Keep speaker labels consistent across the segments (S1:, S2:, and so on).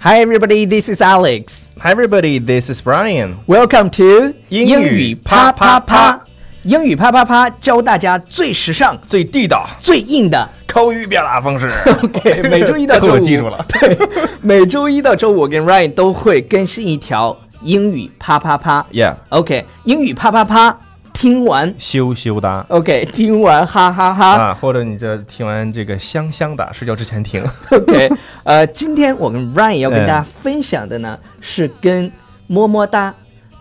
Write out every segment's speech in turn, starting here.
S1: Hi everybody, this is Alex.
S2: Hi everybody, this is Brian.
S1: Welcome to
S2: 英语啪啪啪。
S1: 英语啪啪啪，教大家最时尚、
S2: 最地道
S1: 最硬 的。
S2: 口语表达方式。
S1: OK，每 周一到周
S2: 这
S1: 五，
S2: 个我记住了
S1: 对，每周一到周五，我 跟 Ryan 都会更新一条英语啪啪啪。
S2: Yeah，
S1: OK，英语啪啪啪，听完
S2: 羞羞哒
S1: OK，听 完哈哈哈。
S2: 啊，或者你这听完这个香香的，睡觉之 前听。
S1: OK，呃，今天我跟 Ryan 要跟
S2: 嗯
S1: 大家分享的呢，是跟么么哒，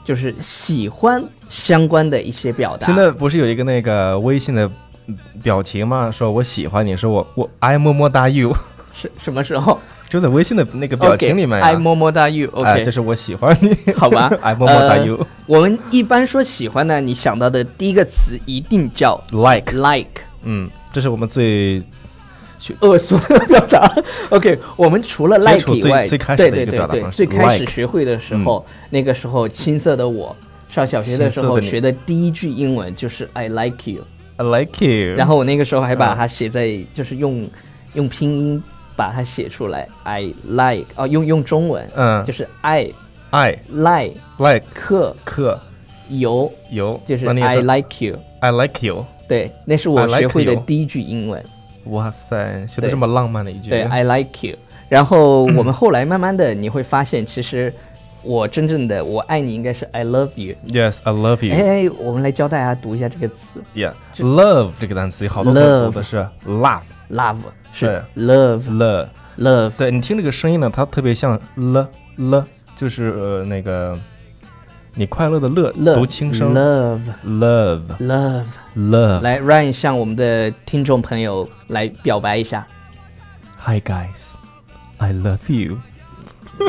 S1: 就是喜欢相关的一些表达。
S2: 现在不是有一个那个微信的嗯表情吗？说我喜欢你，说我我 I 么么哒 you，
S1: 是什么时候？
S2: 就在微信的那个 表情里面呀
S1: OK，I 么么哒 you。
S2: 哎，
S1: OK，
S2: 这是我喜欢你，
S1: 好吧
S2: I 么么哒
S1: 呃
S2: you
S1: 我们一般说喜欢呢，你想到的第一个词一定叫
S2: like，
S1: like，
S2: 嗯，这是我们最
S1: 恶俗的表达。OK，我们除了
S2: 接
S1: like
S2: 触
S1: 以
S2: 最
S1: 外，
S2: 最开始
S1: 对
S2: 的
S1: 对
S2: 一个
S1: 对
S2: 表达
S1: 对，
S2: 方式
S1: 最开始
S2: like 嗯
S1: 学会的时候，那个时候青涩的我。上小学的时
S2: 青涩
S1: 候
S2: 的你
S1: 学的第一句英文就是 I like you，
S2: I like you，
S1: 然后我那个时候还把
S2: 嗯
S1: 它写在，就是用用拼音把它写出来，I like 哦，用用中文，
S2: 嗯
S1: 就是爱
S2: I
S1: like
S2: like
S1: 克
S2: 克
S1: 油，
S2: 有，
S1: 就是
S2: 那你也
S1: I like you，
S2: I like you。
S1: 对，那是
S2: I
S1: 我
S2: like
S1: 学会的
S2: you
S1: 第一句英文，
S2: 哇塞，学的
S1: 对
S2: 这么浪漫的一句。
S1: 对，I like you。然后我们后来慢慢的你会发现，其实我真正的我爱你应该是 I love you。
S2: Yes, I love you.
S1: 哎，我们来教大家读一下这个词
S2: Yeah, love 这个单词有好多个
S1: Love
S2: 读的是 love
S1: ，love 是
S2: 对
S1: love
S2: love。
S1: love
S2: 对你听这个声音呢，它特别像了了，就是呃那个你快乐的乐
S1: love
S2: 读轻声
S1: love
S2: love
S1: love。
S2: love。
S1: 来，Ryan 向我们的听众朋友来表白一下。
S2: Hi guys, I love you.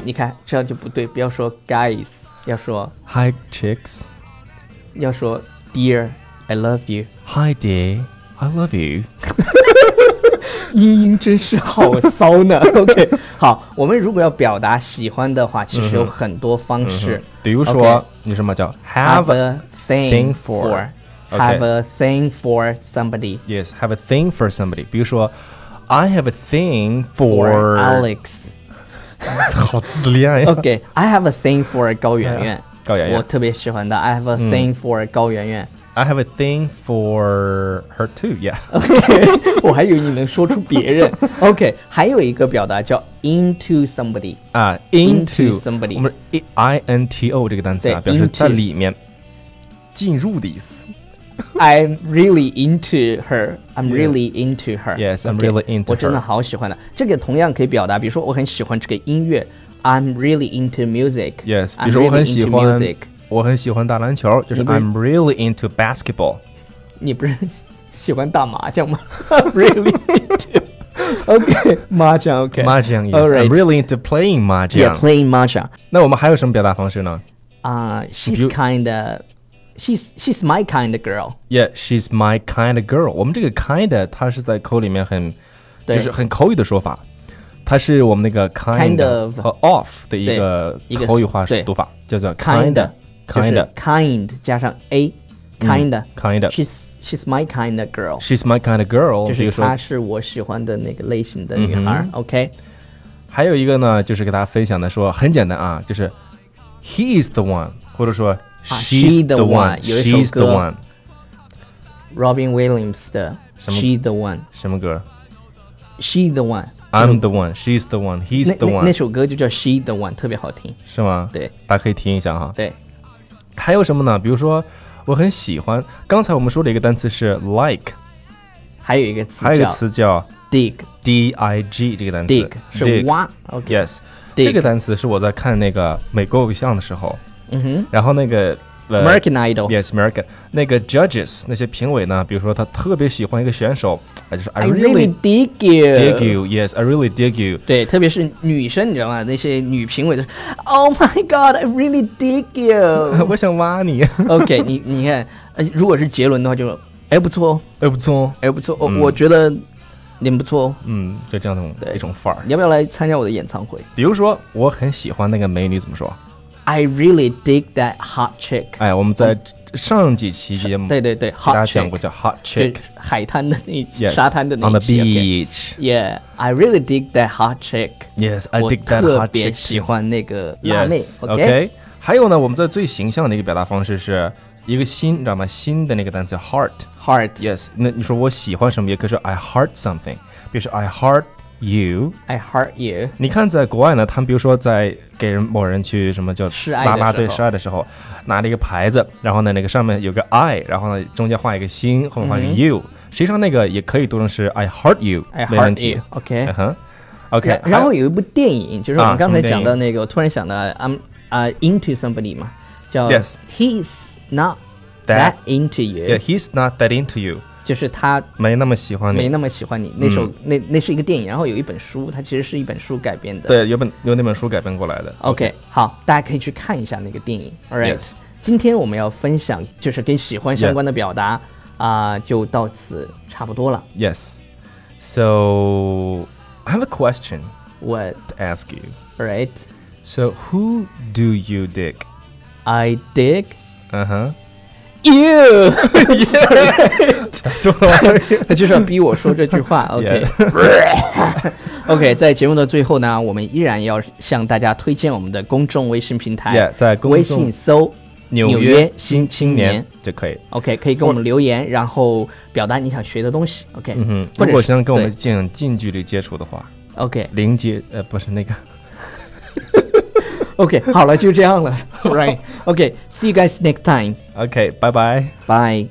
S1: 你看，这样就不对，不要说 guys，要说
S2: Hi chicks,
S1: 要说 dear，I love you。
S2: hi dear, I love you.
S1: 英英真是好骚呢。OK，好， 我们如果要表达喜欢的话，其实有很多方式。
S2: 比如说
S1: OK
S2: 你什么叫
S1: 嗯 Have
S2: have
S1: a thing
S2: thing for-
S1: for，have
S2: OK
S1: a thing for somebody。
S2: yes have a thing for somebody，比如说 I have a thing
S1: For
S2: for
S1: Alex。
S2: 好自恋呀。
S1: OK，I have a thing for 高圆
S2: 哎
S1: 圆嗯
S2: 呀。高圆圆
S1: 我特别喜欢的。I have a thing for 高圆圆。
S2: I have a thing for her too. Yeah.
S1: OK，我还以为你能说出别 人。OK，还有一个表达叫 into somebody，
S2: 啊
S1: Into
S2: Uh, ，into
S1: somebody
S2: 我们 i i n t o 这个单词啊，
S1: 对
S2: 表示在
S1: into
S2: 里面进入的意思。
S1: I'm really into her. I'm
S2: Yeah.
S1: really into her.
S2: Yes, I'm
S1: OK，
S2: really into
S1: 我真的
S2: her.
S1: 好喜欢的。这个同样可以表达，比如说我很喜欢这个音乐。I'm really into music.
S2: Yes，比
S1: I'm
S2: 如说我
S1: really
S2: 很喜
S1: into
S2: 欢
S1: music。，
S2: 我很喜欢打篮球，就是
S1: 你不是
S2: I'm really into basketball。
S1: 你不是喜欢打麻将吗 ？I'm really into. OK，麻将 OK。
S2: 麻将
S1: All right.
S2: ，yes，I'm really into playing 麻
S1: Yeah,
S2: 将。
S1: playing 麻将。
S2: 那我们还有什么表达方式呢
S1: 啊，she's
S2: You-
S1: kinda, she's she's my kind of girl.
S2: ？Yeah，she's my kind of girl。我们这个 kind of 它是在口语里面很，
S1: 对
S2: 就是很口语的说法，它是我们那个 kind
S1: Kind of
S2: 和 of 的一个
S1: 一个
S2: 口语化
S1: 对
S2: 读法，叫做
S1: Kinda，就是
S2: kind of。
S1: kind 加上 a kind
S2: kind of
S1: she's she's my kind of girl，
S2: She's my kind of girl，
S1: 就
S2: 比
S1: 是
S2: 如
S1: 她
S2: 说，嗯
S1: 是我喜欢的那个类型的女孩儿。OK，
S2: 还有一个呢，就是给大家分享的说，很简单啊，就是 He is the one，或者说
S1: 啊 she
S2: She's
S1: the
S2: the
S1: one，有一首
S2: one，She's the
S1: 歌
S2: one，
S1: Robin Williams 的
S2: 什么
S1: She the One，She
S2: 什么歌
S1: the One，
S2: ？I'm the one，She's the one，He's
S1: 那
S2: the
S1: 那那
S2: one，
S1: 首歌就叫 She the One，特别好听。
S2: 是吗？
S1: 对
S2: 大家可以听一下哈。
S1: 对
S2: 还有什么呢？比如说，我很喜欢，刚才我们说的一个单词是 like，
S1: 还有一个词
S2: 还有一个
S1: 叫
S2: 词叫
S1: dig，dig
S2: D I G 这个单词
S1: 是
S2: dig
S1: 挖。OK，
S2: Yes，
S1: Dig
S2: 这个单词是我在看那个美国偶像的时候，
S1: 嗯哼
S2: 然后那个呃
S1: ，American Idol。
S2: Yes, American。那个 judges 那些评委呢，比如说他特别喜欢一个选手，哎，就是 I
S1: I
S2: really
S1: really dig
S2: dig you. Yes, I really dig you.。
S1: 对，特别是女生，你知道吗？那些女评委都是，Oh my God, I really dig you
S2: 我想挖你。
S1: OK，你你看，呃，如果是杰伦的话，就是，哎不错哦，
S2: 哎，不错哦，
S1: 哎不错哦，我觉得你们不错哦，
S2: 嗯，就这样的
S1: 对
S2: 一种范儿。
S1: 你要不要来参加我的演唱会
S2: 比如说，我很喜欢那个美女，怎么说？
S1: ？I really dig that hot chick。
S2: 哎，我们在上几期节目
S1: 对对对
S2: 给大
S1: ，hot
S2: 家讲
S1: chick，
S2: 过叫 hot
S1: 就是
S2: chick，
S1: 海滩的那一
S2: yes，
S1: 沙滩的那
S2: on
S1: 一
S2: the
S1: 期。OK
S2: beach。
S1: Yeah, I really dig that hot chick.
S2: Yes, I
S1: 我
S2: dig that
S1: 特
S2: hot
S1: 别
S2: chick.
S1: 喜欢那个辣妹。
S2: Yes, OK。还有呢，我们在最形象的一个表达方式是一个心，你知道吗？心的那个单词 heart。
S1: hard.
S2: Yes，那你说我喜欢什么，也可以说 I heart something。比如说 I heart you。
S1: I heart you.
S2: 你看，在国外呢，他们比如说在给人某人去什么叫
S1: 示爱的
S2: 拉拉队
S1: 时候
S2: 示爱的时候，拿着一个牌子，然后呢，那个上面有个 I，然后呢，中间画一个心，后面画一个 you，、实际上那个也可以读成是 I heart you，
S1: 嗯 I
S2: 没问
S1: heart
S2: 题
S1: you.。OK.
S2: 嗯哼，OK
S1: 然
S2: 还。
S1: 然后有一部电影，就是我
S2: 啊
S1: 们刚才讲
S2: 什么
S1: 到
S2: 电
S1: 那个，我突然想到，I'm 啊 into somebody 嘛，叫
S2: Yes
S1: He's not that
S2: That-
S1: into you，
S2: Yeah，he's not that into you，
S1: 就是他
S2: 没那么喜欢你。
S1: 没那么喜欢你。那
S2: 嗯
S1: 首那那是一个电影，然后有一本书，它其实是一本书改编的。
S2: 对，有本有那本书改编过来的。
S1: OK，好，大家可以去看一下那个电影。All right，、
S2: Yes
S1: 今天我们要分享就是跟喜欢相关的表达啊就到此差不多了。
S2: Yes. So I have a question
S1: 我
S2: to ask you.
S1: All right,
S2: So who do you dig?
S1: I dig
S2: Uh huh.
S1: you，
S2: That's what I-
S1: 他就是要逼我说这句 话。OK，OK，、在 节目的最后呢，我们依然要向大家推荐我们的公众微信平台
S2: Yeah，在公
S1: 微
S2: 众
S1: 信搜
S2: 纽
S1: 纽
S2: 约
S1: 约新青年
S2: 年就可以。
S1: OK，可以给我们留言，然后表达你想学的东西。OK，
S2: 嗯哼，
S1: 或
S2: 如
S1: 者
S2: 果
S1: 是
S2: 想跟我们
S1: 对
S2: 近近距离接触的话，
S1: OK
S2: 零接呃不是那个
S1: OK，好了，就这样了。Right，OK，see、you guys next time，
S2: ，OK，拜拜。
S1: bye。